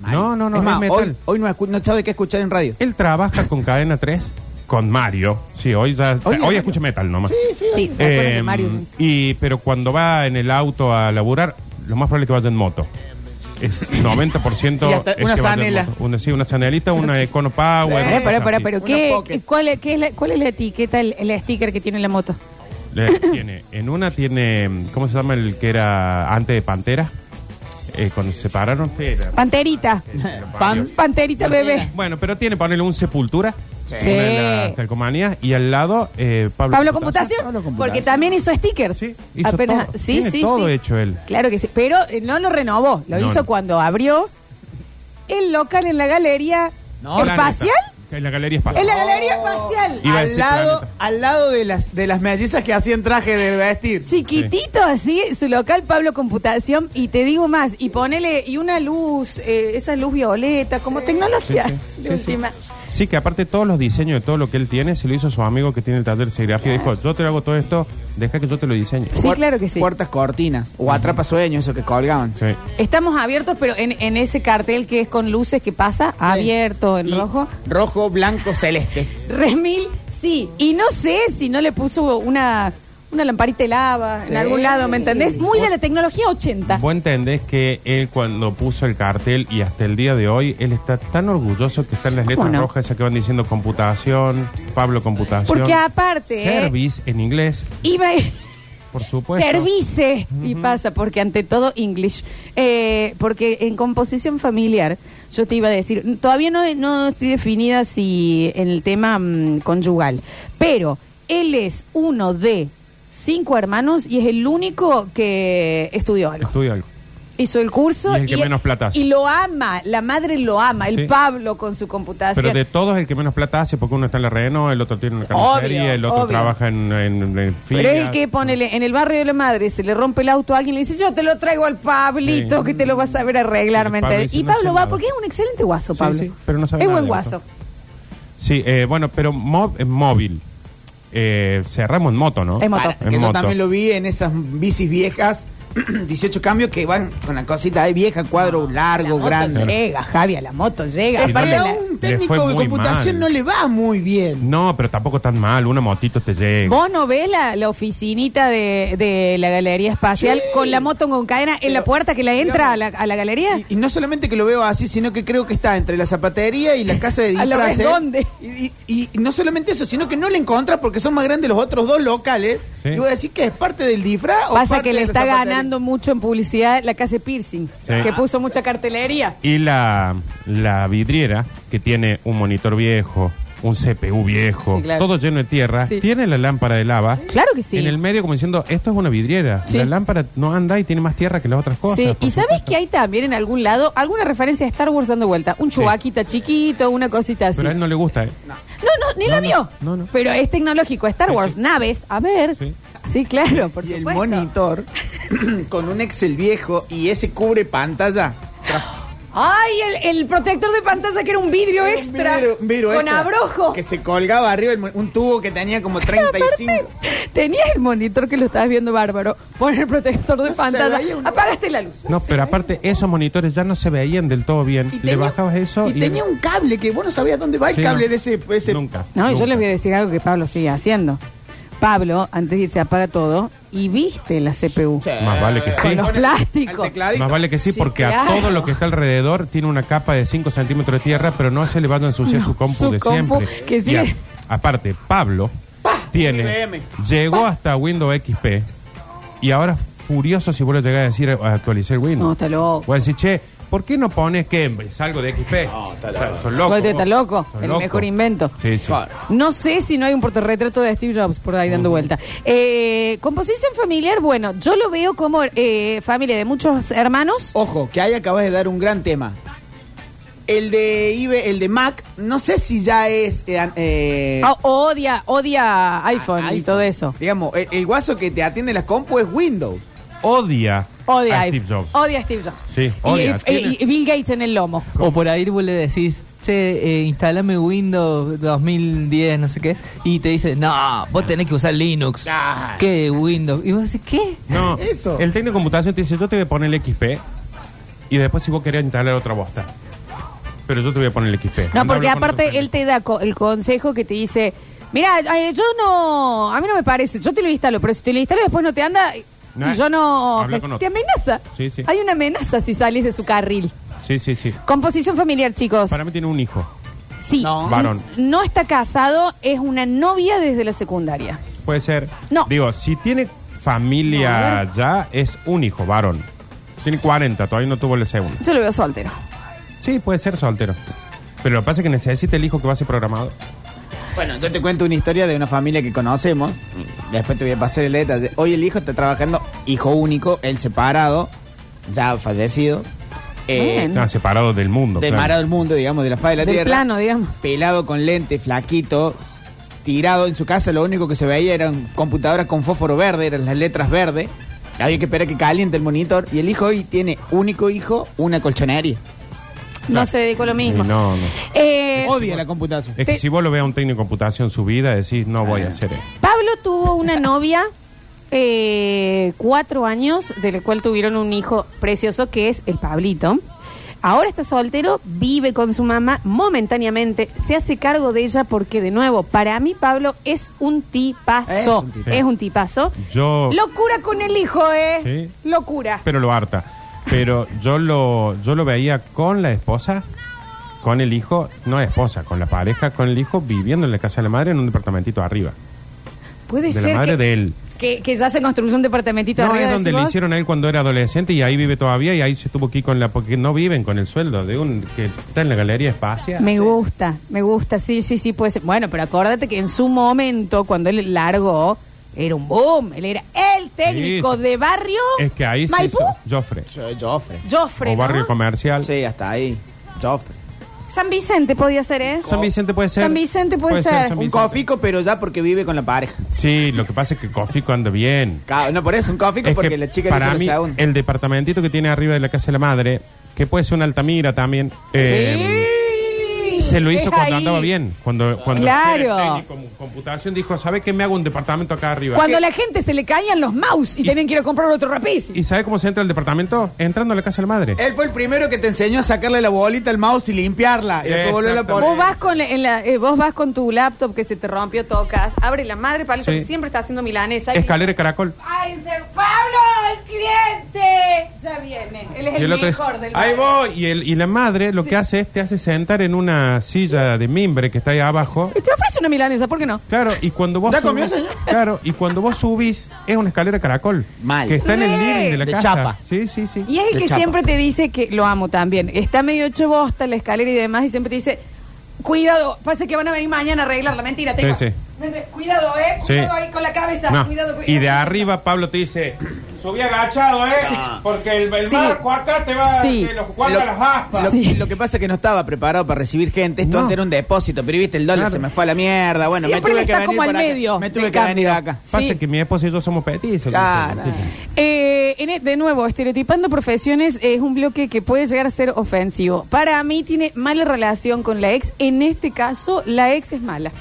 B: No, no, no,
C: Es
B: no
C: más,
B: es metal.
C: hoy, hoy no, escu- no sabe qué escuchar en radio.
B: Él trabaja con Cadena 3, con Mario. Sí, hoy ya,
C: Hoy
B: hoy,
C: es Mario.
B: escucha metal nomás.
A: Sí, ¿te acuerdas de
B: Eh,
A: Mario?
B: y, pero cuando va en el auto a laburar, lo más probable es que vaya en moto. Es 90%
C: Y hasta
B: es
C: una
B: que vaya en
C: zanela.
B: moto. Una, sí, una zanelita, una Econo Power.
A: Pará,
B: cosas
A: Eh, pará, pará,
B: así.
A: pero
C: Una
A: ¿qué,
C: pocket.
A: cuál, es- qué es la, ¿cuál es la etiqueta, el, el sticker que tiene la moto?
B: Le- tiene, en una tiene, ¿cómo se llama el que era antes de Pantera? Eh, cuando se separaron.
A: Panterita.
B: Pan-
A: Panterita bebé.
B: Bueno, pero tiene, ponele un Sepultura.
A: Sí.
B: Una de las calcomanías. Y al lado, eh, Pablo,
A: Pablo Computación,
B: Computación.
C: Pablo Computación.
A: porque también hizo stickers.
B: Sí, hizo todo.
A: Sí,
B: Tiene
A: sí,
B: todo
A: sí.
B: hecho él.
A: Claro que sí, pero eh, no lo renovó, lo
B: No,
A: hizo
B: no.
A: cuando abrió el local en la galería espacial.
B: En la galería espacial.
A: En la galería espacial.
B: Iba a
C: al
B: decir
C: lado,
B: planeta.
C: al lado de las de las mellizas que hacían traje de vestir.
A: Chiquitito así, su local Pablo Computación, y te digo más, y ponele, y una luz, eh, esa luz violeta, como tecnología
B: Sí, sí,
A: de
B: sí, sí.
A: última.
B: Sí, que aparte todos los diseños de todo lo que él tiene se lo hizo su amigo que tiene el taller de serigrafía. Dijo, yo te lo hago todo esto, deja que yo te lo diseñe.
A: Sí, claro que sí.
C: Puertas cortinas o atrapa sueños, eso que colgaban.
B: Sí.
A: Estamos abiertos, pero en, en ese cartel que es con luces que pasa, abierto en
C: Y
A: rojo,
C: Rojo, blanco, celeste.
A: remil Sí, y no sé si no le puso una, una lamparita de lava en algún lado, ¿me entendés? Muy de la tecnología 80.
B: Vos entendés que él cuando puso el cartel y hasta el día de hoy, él está tan orgulloso que están las
A: ¿Cómo
B: letras
A: no?
B: rojas esas que van diciendo computación, Pablo computación.
A: Porque aparte, ¿eh?
B: Service en inglés,
A: Iba e-
B: por supuesto.
A: service y pasa porque ante todo English Eh, porque en composición familiar yo te iba a decir todavía no, no estoy definida si en el tema mm, conyugal pero él es uno de cinco hermanos y es el único que estudió algo
B: Estudio algo.
A: hizo el curso
B: Y el que menos plata hace.
A: y lo ama la madre lo ama el
B: Sí.
A: Pablo con su computación
B: Pero de todos el que menos plata hace, porque uno está en la Renault, el otro tiene una carnicería,
A: Obvio,
B: el otro
A: obvio.
B: trabaja en, en, en
A: Pero es el
B: Fiat.
A: que ponele en el barrio de la madre, se le rompe el auto a alguien y le dice, yo te lo traigo al Pablito,
B: Sí.
A: que te lo vas a ver arreglar,
B: Y
A: ¿me
B: Pablo
A: entendés? Y
B: dice, no sé
A: Pablo va
B: nada.
A: porque es un excelente guaso,
B: Sí,
A: Pablo.
B: sí, pero no sabe
A: es
B: nada
A: buen
B: de
A: guaso.
B: auto. Sí, eh, bueno, pero mob, eh, móvil. Eh, cerramos en moto, ¿no?
A: En moto.
B: En
C: Que yo
B: moto.
C: también lo vi en esas bicis viejas, 18 cambios que van con la cosita ahí vieja, cuadro
A: Ah, La
C: largo,
A: moto
C: grande.
A: llega, Javi, a la moto llega.
B: Sí,
A: Aparte
B: no,
C: Pero
A: la-
C: a
B: le-
C: un
B: le fue
C: técnico de
B: muy
C: computación
B: mal.
C: no le va muy bien.
B: No, pero tampoco tan mal, una motito te llega.
A: Vos no ves la, la oficinita de, de la Galería Espacial con la moto con cadena en la puerta que la entra a la, a la galería.
C: Y, y no solamente que lo veo así, sino que creo que está entre la zapatería y la casa de
A: A la vez,
C: disfraces.
A: ¿dónde?
C: Y, y- y no solamente eso, sino que no le encuentras porque son más grandes los otros dos locales.
B: Sí.
C: Y voy a decir que es parte del disfraz o
A: Pasa
C: parte
A: que le
C: de la
A: está
C: zapatería.
A: ganando mucho en publicidad la casa de piercing,
B: Sí.
A: que puso mucha cartelería.
B: Y la, la vidriera, que tiene un monitor viejo, un CPU viejo,
A: Sí, claro.
B: todo lleno de tierra,
A: Sí.
B: tiene la lámpara de lava.
A: Claro que sí.
B: En el medio como diciendo, esto es una vidriera.
A: Sí.
B: La lámpara no anda y tiene más tierra que las otras cosas.
A: Sí,
B: por
A: y sabes
B: supuesto.
A: que hay también en algún lado alguna referencia a Star Wars dando vuelta. Un chubaquita chiquito, una cosita así.
B: Pero a él
A: No,
B: no le gusta, ¿eh?
A: no, ni
B: No,
A: la
B: no,
A: vio.
B: no, no.
A: Pero es tecnológico. Star
B: Sí,
A: Wars,
B: sí.
A: naves, a ver. Sí,
B: Sí.
A: claro, por
C: Y el
A: supuesto.
C: monitor con un Excel viejo y ese cubre pantalla.
A: Ay, el, el protector de pantalla que era un vidrio extra.
C: Un vidrio- un vidrio
A: con
C: extra
A: abrojo.
C: Que se colgaba arriba del mon- un tubo que tenía como 35.
A: Tenías el monitor que lo estabas viendo bárbaro. Pon el protector de
C: No se
A: pantalla.
C: veía un-
A: Apagaste la luz.
B: No, pero aparte esos monitores ya no se veían del todo bien.
C: Y
B: le
C: tenía-
B: bajabas eso
C: Y,
B: y...
C: tenía un cable que vos no sabías dónde va el
B: Sí, no.
C: cable de ese. ese-
B: Nunca.
A: No, y yo
B: nunca.
A: les voy a decir algo que Pablo sigue haciendo. Pablo, antes de irse, apaga todo y viste la CPU.
B: Más vale que
A: Con
B: sí.
A: los
C: Pone
A: plásticos.
C: al tecladito.
B: Más vale que sí,
A: Sí,
B: porque
A: claro.
B: a todo lo que está alrededor tiene una capa de 5 centímetros de tierra, pero no se le va a ensuciar
A: No,
B: su compu
A: su
B: de
A: compu,
B: siempre.
A: que
B: Y
A: sí.
B: a- aparte, Pablo tiene.
C: IBM.
B: Llegó hasta Windows XP y ahora furioso si vuelve a llegar a decir actualicé el Windows.
A: No, está loco.
B: Voy a decir, che, ¿por qué no pones que salgo de XP? No, está loco. loco.
A: Vos estás loco,
B: Sos
A: el mejor invento.
B: Sí, sí.
A: No sé si no hay un portarretrato de Steve Jobs por ahí dando vuelta. Eh, composición familiar, bueno, yo lo veo como eh, familia de muchos hermanos.
C: Ojo, que ahí acabas de dar un gran tema. El de IBE, el de Mac, no sé si ya es. eh, an- eh,
A: Ah, odia, odia iPhone, y
C: iPhone.
A: todo eso.
C: Digamos, el, el guaso que te atiende las compu es Windows.
B: Odia,
A: Odia
B: a
A: iPhone.
B: Ah, Steve Jobs.
A: Odia a Steve Jobs.
B: Sí,
A: Y-
B: odia,
A: y,
B: tiene- Ah,
A: y Bill Gates en el lomo.
H: O por ahí vos le decís, che, eh, instalame Windows 2010, no sé qué. Y te dice, no, vos tenés que usar Linux. ¿Qué Windows? Y vos decís, ¿qué?
B: No,
C: Eso.
B: el técnico de computación te dice, yo te voy a poner el XP y después si vos querés instalar otra bosta. Pero yo te voy a poner el XP.
A: No,
B: Anda,
A: porque
B: habla con
A: aparte
B: otro
A: él
B: técnico.
A: te da co- el consejo que te dice, mira, eh, yo no, a mí no me parece, yo te lo instalo, pero si te lo instalo y después no te anda, y-
B: No,
A: y yo no... eh,
B: habla con otro.
A: Te amenaza.
B: Sí, sí.
A: Hay una amenaza si salís de su carril.
B: Sí, sí, sí.
A: Composición familiar, chicos.
B: Para mí tiene un hijo.
A: Sí.
C: No.
B: Varón.
A: No está casado, es una novia desde la secundaria.
B: Puede ser.
A: No.
B: Digo, si tiene familia ya, es un hijo, varón. Tiene 40, todavía no tuvo el segundo.
A: Yo lo veo soltero.
B: Sí, puede ser soltero. Pero lo que pasa es que necesita el hijo que va a ser programado.
C: Bueno, yo te cuento una historia de una familia que conocemos. Después te voy a pasar el detalle. Hoy el hijo está trabajando, hijo único, el separado, ya fallecido. Eh,
A: Bien.
B: Está Ah, separado del mundo.
C: del
B: claro.
C: mar del mundo, digamos, de la faz de la
A: Del
C: tierra.
A: plano, digamos.
C: pelado con lente, flaquito, tirado en su casa, lo único que se veía eran computadoras con fósforo verde, eran las letras verdes. Había que esperar que caliente el monitor. Y el hijo hoy tiene, único hijo, una colchonería.
A: No se dedicó a lo mismo.
B: Y no, no.
A: Eh,
C: Odia la computación.
B: Es que
A: Te-
B: si vos lo ves a un técnico de computación su vida, decís, no voy a hacer eso.
A: Pablo tuvo una novia eh, cuatro años, de la cual tuvieron un hijo precioso que es el Pablito. Ahora está soltero, vive con su mamá momentáneamente, se hace cargo de ella porque, de nuevo, para mí Pablo es un
C: Es
A: tipazo.
C: un tipazo.
A: Es un tipazo.
B: Yo-
A: Locura con el hijo, ¿eh?
B: Sí.
A: Locura.
B: pero lo harta. Pero yo lo, yo lo veía con la esposa, con el hijo, no la esposa, con la pareja, con el hijo viviendo en la casa de la madre en un departamentito arriba.
I: Puede
B: de la
I: ser
B: madre
I: que,
B: de él.
I: que, que ya se construyó un departamentito
B: No,
I: arriba,
B: es donde
I: decís
B: le
I: vos.
B: hicieron a él cuando era adolescente y ahí vive todavía y ahí se estuvo aquí con la... Porque no viven con el sueldo de un que está en la galería espacial.
I: Me gusta, me gusta, sí, sí, sí, puede ser. Bueno, pero acuérdate que en su momento, cuando él largó, era un boom. Él era el técnico
B: sí.
I: de barrio.
B: Es que ahí se
I: Maipú,
B: hizo Joffre.
C: Yo- Joffre.
I: Joffre,
B: O
I: ¿no?
B: barrio comercial.
C: Sí, hasta ahí. Joffre.
A: San Vicente podía ser, ¿eh?
B: San Vicente puede ser.
I: San Vicente puede ser.
B: San
C: Un
B: Vicente.
C: cofico, pero ya porque vive con la pareja.
B: Sí, lo que pasa es que Cofico anda bien.
C: Ca- No, por eso, un cofico
B: Es
C: porque
B: que
C: la chica le hizo
B: para
C: la
B: mí,
C: segunda.
B: el departamentito que tiene arriba de la casa de la madre, que puede ser una Altamira también, eh,
I: Sí.
B: se lo hizo
I: Es
B: cuando
I: ahí.
B: andaba bien. Cuando, cuando
I: Claro.
B: era técnico en computación dijo, ¿sabe qué? Me hago un departamento acá arriba.
I: Cuando a la gente se le caían los mouse y, tenían que ir a comprar otro rapiz.
B: ¿Y sabe cómo se entra al departamento? Entrando a la casa de la madre.
C: Él fue el primero que te enseñó a sacarle la bolita al mouse y limpiarla. Y después volverla a
B: Exactamente.
A: Vos
C: poner.
A: vas, con la- en la- eh, vos vas con tu laptop que se te rompió, tocas, abre la madre paleta
B: Sí.
A: que siempre está haciendo milanesa. y-
B: Escalera y caracol.
A: ¡Ay, dice, Pablo, el cliente! Ya viene, él es
B: Y
A: el,
B: el otro es,
A: mejor del
B: ahí
A: barrio".
B: voy. Y, el, y la madre lo que hace es te hace sentar en una silla de mimbre que está ahí abajo.
A: Te ofrece una milanesa, ¿por qué no?
B: Claro, y cuando vos
C: ¿Ya comió,
B: subís-
C: señor?
B: Claro, y cuando vos subís, es una escalera caracol.
C: Mal.
B: Que está en el
A: Sí.
B: living de la
C: De
B: casa.
C: chapa.
B: Sí, sí, sí.
A: Y es el
C: De
A: que
C: chapa.
A: siempre te dice que lo amo también. Está medio hecho bosta en la escalera y demás, y siempre te dice: Cuidado, pasa que van a venir mañana a arreglar la mentira. Tengo.
B: Sí, sí.
A: Vente, Cuidado, eh.
B: Sí.
A: Cuidado ahí con la cabeza.
B: No.
A: Cuidado, cuidado.
B: Y de arriba Pablo te dice, subí agachado, ¿eh? Porque el, el
A: Sí.
B: marco acá te va,
A: Sí.
B: te los guarda
C: Lo-
B: las aspas.
C: Lo,
A: Sí.
C: lo que pasa es que no estaba preparado para recibir gente. Esto
B: No.
C: antes era un depósito, pero viste, el dólar
B: Claro.
C: se me fue a la mierda. Bueno,
A: Siempre
C: me tuve
A: le
C: que
A: está
C: venir
A: como al
C: para acá.
A: medio,
C: Me
A: de
C: tuve que
A: cambio.
C: venir acá.
B: Pasa
A: Sí.
B: que mi esposo y yo somos petizos.
C: Claro.
A: Eh, en e- de nuevo, estereotipando profesiones es un bloque que puede llegar a ser ofensivo. Para mí tiene mala relación con la ex. En este caso, la ex es mala.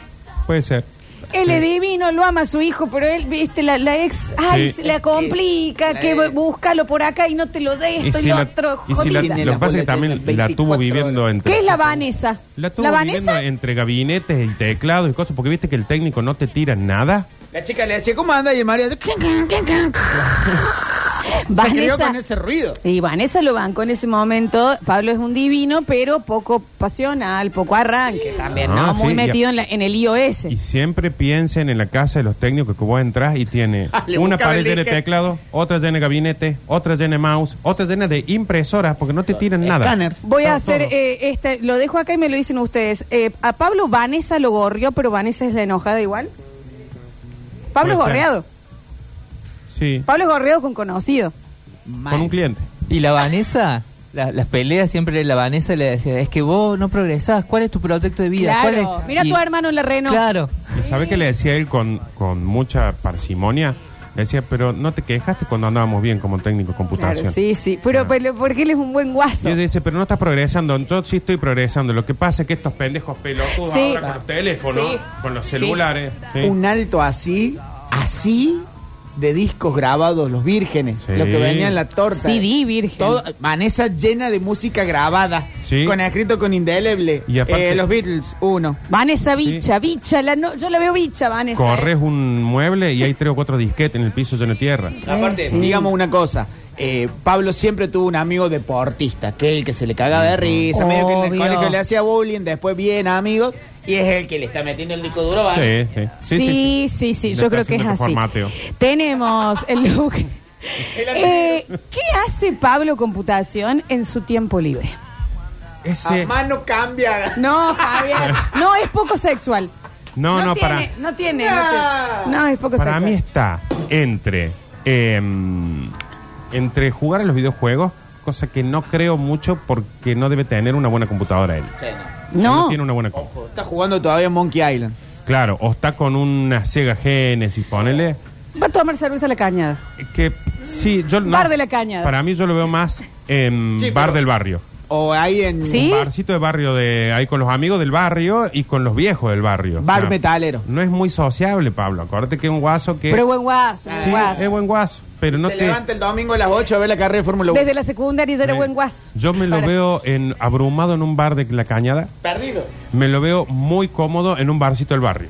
B: Puede ser.
A: Él es divino, lo ama a su hijo, pero él, viste, la, la ex, ay,
B: Sí.
A: se la complica,
C: La
A: que
C: ex.
A: búscalo por acá y no te lo de esto y, lo
B: la,
A: otro.
B: y si la-
A: jodido.
C: Tiene
B: lo
C: las
B: que pasa es que
C: boletas
B: también la
C: 24
B: tuvo viviendo
C: horas.
B: entre...
A: ¿Qué es la Vanessa?
B: La tuvo
A: ¿La
B: viviendo
A: Vanessa?
B: entre gabinetes y teclados y cosas, porque viste que el técnico no te tira nada.
C: La chica le decía, ¿cómo anda? Y el marido decía, se crió
A: Vanessa.
C: con ese ruido.
A: Y Vanessa lo bancó en ese momento. Pablo es un divino, pero poco pasional, poco arranque también, ¿no?
B: Ah,
A: Muy
B: sí,
A: metido en, la- en el IOS.
B: Y siempre piensen en la casa de los técnicos que vos entras y tiene
C: Ah, le
B: una
C: buscaba
B: pared
C: el
B: llena de
C: disque.
B: teclado, otra llena de gabinete, otra llena de mouse, otra llena de impresoras porque no te tiran nada.
C: Escáner.
A: Voy a
B: Todo,
A: hacer
B: todo.
A: eh, este, lo dejo acá y me lo dicen ustedes. Eh, a Pablo Vanessa lo gorrió, pero Vanessa es la enojada igual. Pablo es
B: Puede ser.
A: gorreado.
B: Sí,
A: Pablo es gorreado con conocido.
B: con un cliente.
H: Y la Vanessa, la- las peleas siempre la Vanessa le decía, es que vos no progresás, ¿cuál es tu proyecto de vida? ¿Cuál
A: Claro.
H: es?
A: Mira a
H: Y-
A: tu hermano en la Reno.
H: Claro.
B: ¿Y sabe qué le decía él con, con mucha parsimonia? Le decía, pero no te quejaste cuando andábamos bien como técnico de computación.
A: Claro, sí, sí. Pero, pero porque él es un buen
B: Y
A: guaso.
B: él dice, pero no estás progresando. Yo sí estoy progresando. Lo que pasa es que estos pendejos pelotudos
A: Sí.
B: ahora con los teléfonos,
A: Sí.
B: con los
A: Sí.
B: celulares. sí.
C: Un alto así, así de discos grabados, los vírgenes.
B: Sí.
C: Lo que venía en la torta.
A: CD virgen.
C: Todo, Vanessa llena de música grabada.
B: Sí.
C: Con escrito con indeleble.
B: Y aparte-
C: Eh, los Beatles, uno.
A: Vanessa bicha, bicha. la no- yo la veo bicha, Vanessa. ¿eh?
B: Corres un mueble y hay tres o cuatro disquetes en el piso lleno de tierra.
A: Eh,
C: Aparte, digamos una cosa. eh, Pablo siempre tuvo un amigo deportista, que es el que se le cagaba de risa, medio que en el
A: Obvio.
C: colegio le hacía bullying, después bien amigos, y es el que le está metiendo el disco duro a Vanessa.
B: Sí, sí.
A: Sí, sí, sí,
B: Le
A: yo
B: está
A: creo que es
B: haciendo
A: así.
B: performateo.
A: Tenemos el look. Eh, ¿Qué hace Pablo Computación en su tiempo libre?
B: Ese-
C: A mano cambia.
A: No, Javier, no es poco sexual.
B: No, no, para-
A: tiene, No tiene, no
C: Ah.
A: tiene. No, es poco
B: para
A: sexual.
B: mí está entre em, entre jugar a los videojuegos, cosa que no creo mucho porque no debe tener una buena computadora él.
A: no.
B: tiene una buena compu.
C: Está jugando todavía en Monkey Island.
B: Claro, o está con una Sega Genesis, ponele.
A: Va a tomar cerveza a la cañada.
B: Que sí, yo no.
A: Bar de la Cañada.
B: Para mí yo lo veo más en
C: Sí,
B: bar
C: pero-
B: del barrio.
C: o ahí en
A: ¿Sí?
B: Un barcito de barrio de ahí con los amigos del barrio y con los viejos del barrio.
C: bar
B: No,
C: metalero.
B: No es muy sociable, Pablo. Acuérdate que es un guaso que
J: Pero buen guaso, buen
B: Sí,
J: guaso.
B: es buen guaso, pero no
C: se
B: te
C: levanta el domingo a las 8 a ver la carrera de Fórmula 1.
J: Desde la secundaria ya era
B: Me-
J: buen guaso.
B: Yo me lo
J: Para-
B: veo en, abrumado en un bar de la cañada.
C: Perdido.
B: Me lo veo muy cómodo en un barcito del barrio.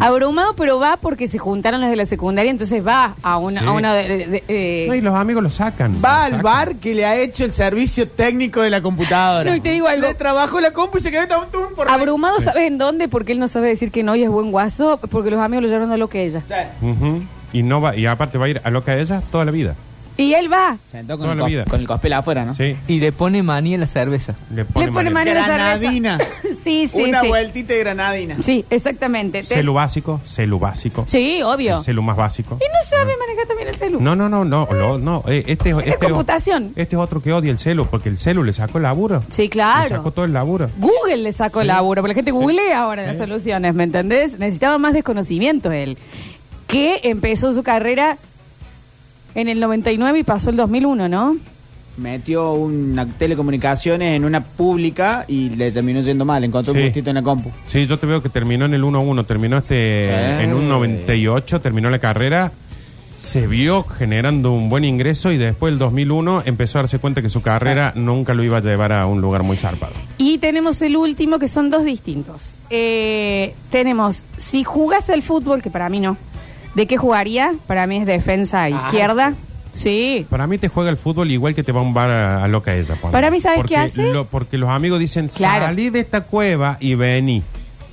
A: Abrumado, pero va porque se juntaron los de la secundaria, entonces va a una,
B: Sí.
A: a una de- de- de- eh,
B: No, y los amigos lo sacan.
C: Va
B: lo
C: al
B: sacan.
C: bar que le ha hecho el servicio técnico de la computadora.
A: No, y te digo algo.
C: Le trabajó la compu y se quedó tan tum por
A: Abrumado, ¿sabes en dónde? Porque él no sabe decir que no y es buen guaso, porque los amigos lo llevaron a lo que ella.
B: Ujú. Y no va y aparte va a ir a loca ella toda la vida.
A: Y él va.
C: Sentó
B: Toda
C: con, el
B: la
C: cos-
B: vida.
C: con el cospel afuera, ¿no?
B: Sí.
H: Y le pone manía a la cerveza.
B: Le pone,
A: le pone
B: manera.
A: manera a la cerveza.
C: Granadina.
A: Sí, sí,
C: Una
A: sí.
C: vueltita de granadina.
A: Sí, exactamente. Te-
B: Celu básico, celu básico.
A: Sí, obvio.
B: El celu más básico.
A: Y no
B: Ah.
A: sabe manejar también el celular.
B: No, no, no, no, lo- no, eh, este es este es-
A: computación.
B: Este es otro que odia el celu porque el celu le sacó el laburo.
A: Sí,
B: Le sacó
A: claro.
B: todo el laburo.
A: Google le sacó el laburo, porque la gente googlea ahora las
B: Sí.
A: soluciones, ¿me entendés? Necesitaba más desconocimiento él. Que empezó su carrera en el 99 y pasó el 2001, ¿no?
C: Metió una telecomunicaciones en una pública y le terminó yendo mal. Encontró un
B: Sí.
C: gustito en la compu.
B: Sí, yo te veo que terminó en el 1-1, terminó este
C: Sí.
B: en un 98, terminó la carrera, se vio generando un buen ingreso y después el 2001 empezó a darse cuenta que su carrera nunca lo iba a llevar a un lugar muy zarpado.
A: Y tenemos el último, que son dos distintos. Eh, tenemos, si jugás al fútbol, que para mí no, ¿de qué jugaría? Para mí es
B: Ah.
A: defensa izquierda. Sí.
B: Para mí te juega el fútbol igual que te va a un bar a, a loca ella. ponle.
A: Para mí, ¿sabes
B: Porque
A: qué hace?
B: lo- porque los amigos dicen,
A: Claro.
B: salí de esta cueva y vení.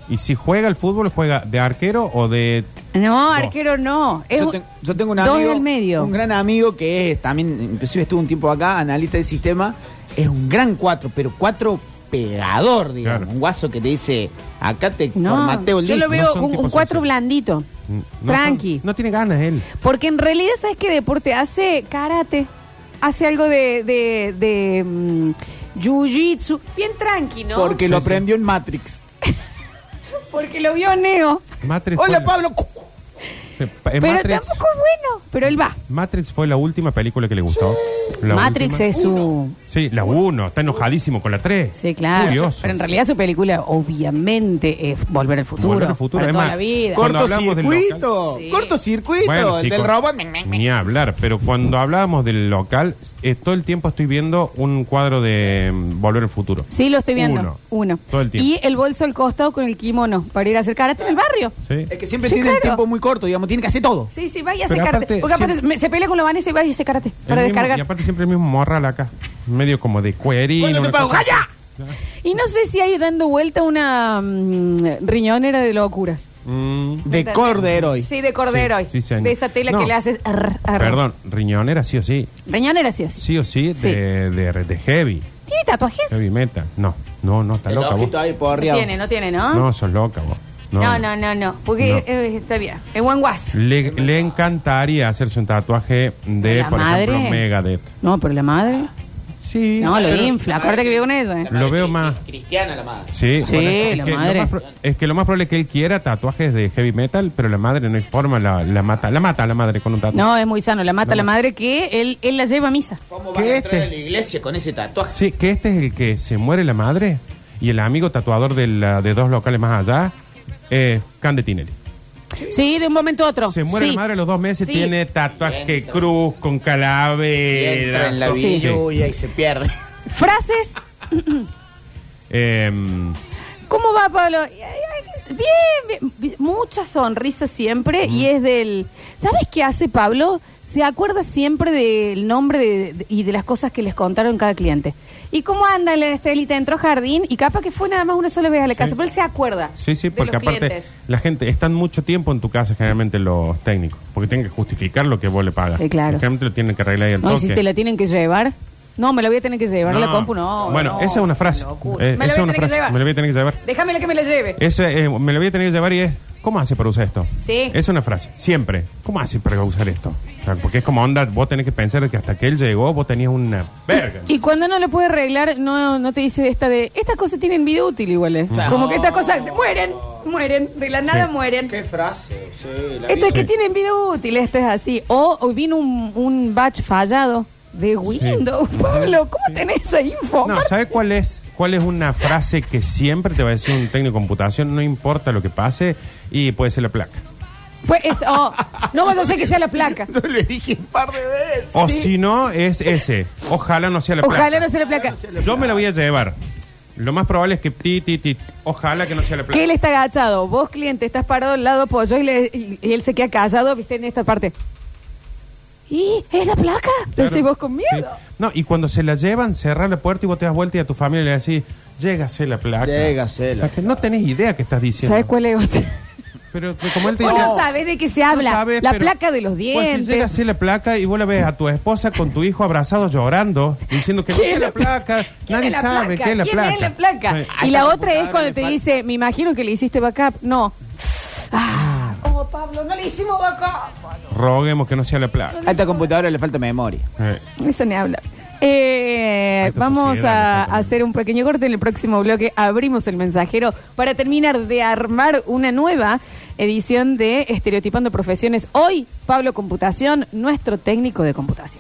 B: Y si juega el fútbol, juega de arquero o de...
A: No,
B: Dos.
A: arquero no. Es
C: Yo,
A: un-
C: ten- yo tengo un
A: dos
C: amigo,
A: del medio.
C: un gran amigo que es también, inclusive estuvo un tiempo acá, analista de sistema, es un gran cuatro, pero cuatro pegador, digamos,
B: Claro.
C: un guaso que te dice, acá te
A: No,
C: formateo el
A: yo lo
C: disco.
A: veo
B: no son
A: un, un
B: tipos
A: cuatro
B: así.
A: blandito.
B: mm, no son-
A: Tranqui.
B: no tiene ganas él.
A: Porque en realidad, ¿sabes qué deporte hace? Karate. Hace algo de, de, de mm, jiu-jitsu. Bien tranqui, ¿no?
C: Porque lo
B: Sí, sí.
C: aprendió en Matrix.
A: Porque lo vio Neo.
B: Matrix
C: Hola
B: fue la-
C: Pablo,
B: Eh,
A: Pero
B: Matrix-
A: tampoco es bueno. Pero él va.
B: Matrix fue la última película que le gustó. La
A: Matrix
B: última.
A: es su...
B: Sí, la 1. Está enojadísimo con la 3.
A: Sí, claro.
B: Furioso.
A: Pero en realidad su película, obviamente, es Volver al Futuro.
B: Volver al Futuro,
A: Para
B: es
A: toda
B: más,
A: la vida.
B: Cuando hablamos del
C: cortocircuito,
A: local. Sí.
C: cortocircuito,
B: Bueno,
C: el
B: sí,
C: del
B: con-
C: robot.
B: Ni hablar, pero cuando hablábamos del local, eh, todo el tiempo estoy viendo un cuadro de mm, Volver al Futuro.
A: Sí, lo estoy viendo. Uno.
B: Uno. Todo el tiempo.
A: Y el bolso al costado con el kimono para ir a hacer karate en el barrio.
B: Sí.
C: Es que siempre
A: Sí,
C: tiene el
A: claro.
C: tiempo muy corto, digamos, tiene que hacer todo.
A: Sí, sí, vaya a
B: Pero
A: secarte.
B: aparte,
A: Porque aparte
B: siempre-
A: me- se pelea con la vanessa y va y se karate para
B: El mismo-
A: descargar.
B: y aparte siempre el mismo morral acá. Medio como de cuerino.
C: ¿Cuándo te
B: una
C: pago?
B: cosa así.
C: ¡Calla!
A: Y no sé si hay dando vuelta una mm, riñonera de locuras.
B: Mm,
C: De
A: ¿Entendés?
C: Cordero hoy.
A: Sí, de cordero.
B: Sí, sí, señor.
A: de esa tela
B: No.
A: que le haces. arr, arr.
B: perdón, riñonera sí o sí.
A: Riñonera, sí o sí.
B: Sí o sí,
A: Sí.
B: de, de, de heavy.
A: ¿Tiene tatuajes?
B: Heavy metal. No, no, no, está
C: El
B: loca vos.
C: ojito ahí
A: No
C: porreado.
A: tiene, no tiene, ¿no?
B: No, sos loca vos.
A: ¿Ah? No, no, no, no. Porque
B: No.
A: eh, está bien. Es buen guaso.
B: Le, le encantaría hacerse un tatuaje de,
A: ¿La
B: por
A: madre?
B: ejemplo, Megadeth.
A: No, pero la madre.
B: Sí.
A: No, lo
B: pero-
A: infla. Acuérdate que vive con ella. ¿eh?
B: Lo veo más.
C: Cristiana la madre.
B: Sí,
A: Sí,
B: es
A: la
B: que lo
A: madre.
B: más pro- es que lo más probable es que él quiera tatuajes de heavy metal, pero la madre no hay forma, la, la mata. La mata a la madre con un tatuaje.
A: No, es muy sano. La mata la madre que él, él la lleva a misa.
C: ¿Cómo
B: vas a entrar a la
C: iglesia con ese tatuaje?
B: este? Sí, que este es el que se muere la madre y el amigo tatuador de, la- de dos locales más allá, eh, Candetinelli.
A: Sí, de un momento a otro.
B: Se muere
A: Sí.
B: la madre a los dos meses,
A: Sí.
B: tiene tatuaje cruz con calavera.
C: Entra en la
B: con- Sí.
C: billulla y se pierde.
A: Frases.
B: Em,
A: ¿Cómo va, Pablo? Ay, ay, Bien, bien. Mucha sonrisa siempre. Y es del. ¿Sabes qué hace Pablo? Se acuerda siempre del nombre de- de- y de las cosas que les contaron cada cliente. ¿Y cómo anda la Estelita? Entró a jardín y capaz que fue nada más una sola vez a la casa, pero él se acuerda.
B: Sí, sí,
A: de
B: porque
A: los
B: aparte
A: clientes.
B: la gente están mucho tiempo en tu casa generalmente los técnicos, porque tienen que justificar lo que vos le pagas.
A: Sí, claro.
B: Generalmente lo tienen que arreglar ahí el
A: No, y si
B: toque.
A: te la tienen que llevar. No, me la voy a tener que llevar
B: No.
A: la compu, no.
B: Bueno,
A: no,
B: esa es una frase.
A: locura.
B: Eh,
A: me la
B: esa es
A: voy
B: una
A: a tener que
B: frase.
A: llevar.
B: Me la voy a tener que llevar.
A: Déjamela que me la lleve.
B: Esa, eh, me la voy a tener que llevar y es ¿Cómo hace para usar esto?
A: Sí.
B: Es una frase, siempre. ¿Cómo hace para usar esto? O sea, porque es como onda, vos tenés que pensar que hasta que él llegó vos tenías una verga.
A: Y cuando no lo puede arreglar, no, no te dice esta de. Estas cosas tienen vida útil igual. eh. Como que estas cosas. Mueren, mueren. De la nada
B: Sí.
A: mueren.
C: ¿Qué frase? Sí, la
A: Esto es que
B: Sí.
A: tienen vida útil, esto es así. O, o vino un, un batch fallado. De Windows, Pablo, ¿cómo tenés esa info?
B: No, ¿sabes cuál es? ¿Cuál es una frase que siempre te va a decir un técnico de computación? No importa lo que pase y puede ser la placa.
A: Pues eso, no vaya a ser que sea la placa.
C: Yo le dije un par de veces.
B: O si no, es ese. Ojalá no sea la placa.
A: Ojalá no sea la placa.
B: Yo me la voy a llevar. Lo más probable es que ti, ti, ti. Ojalá que no sea la placa.
A: Que él está agachado, vos cliente estás parado al lado pollo y, le- y- y él se queda callado, viste, en esta parte. ¿Y es la placa?
B: Claro.
A: Decís vos con miedo.
B: Sí. No, y cuando se la llevan, cerrar la puerta y vos te das vuelta y a tu familia le decís, llégase la placa.
C: Llégase la
B: Es que No tenés idea qué estás diciendo.
A: ¿Sabes cuál es otra?
B: Pero que como él te
A: Vos
B: dice...
A: no sabés de qué se habla.
B: sabés,
A: la
B: pero-
A: placa de los
B: Vos decís,
A: dientes.
B: llégase la placa y vos la ves a tu esposa con tu hijo abrazado llorando, diciendo que no
A: ¿Qué
B: sea
A: es
B: la
A: la pla-
B: placa.
A: ¿Quién
B: Nadie
A: es la
B: sabe
A: placa?
B: qué es la
A: ¿Quién
B: placa. Eh,
A: es la placa?
B: Sí.
A: Y la otra es
C: computadora
A: cuando
C: le
A: te
C: falta.
A: dice, me imagino que le hiciste backup. No. Ah, oh, Pablo, no le hicimos backup.
B: Roguemos que no sea la placa.
C: A esta computadora le falta memoria.
B: Eh.
A: Eso ni habla. Eh,
B: Alta
A: vamos
B: sociedad,
A: a
B: me falta
A: hacer un pequeño corte en el próximo bloque. Abrimos el mensajero para terminar de armar una nueva edición de Estereotipando Profesiones. Hoy, Pablo Computación, nuestro técnico de computación.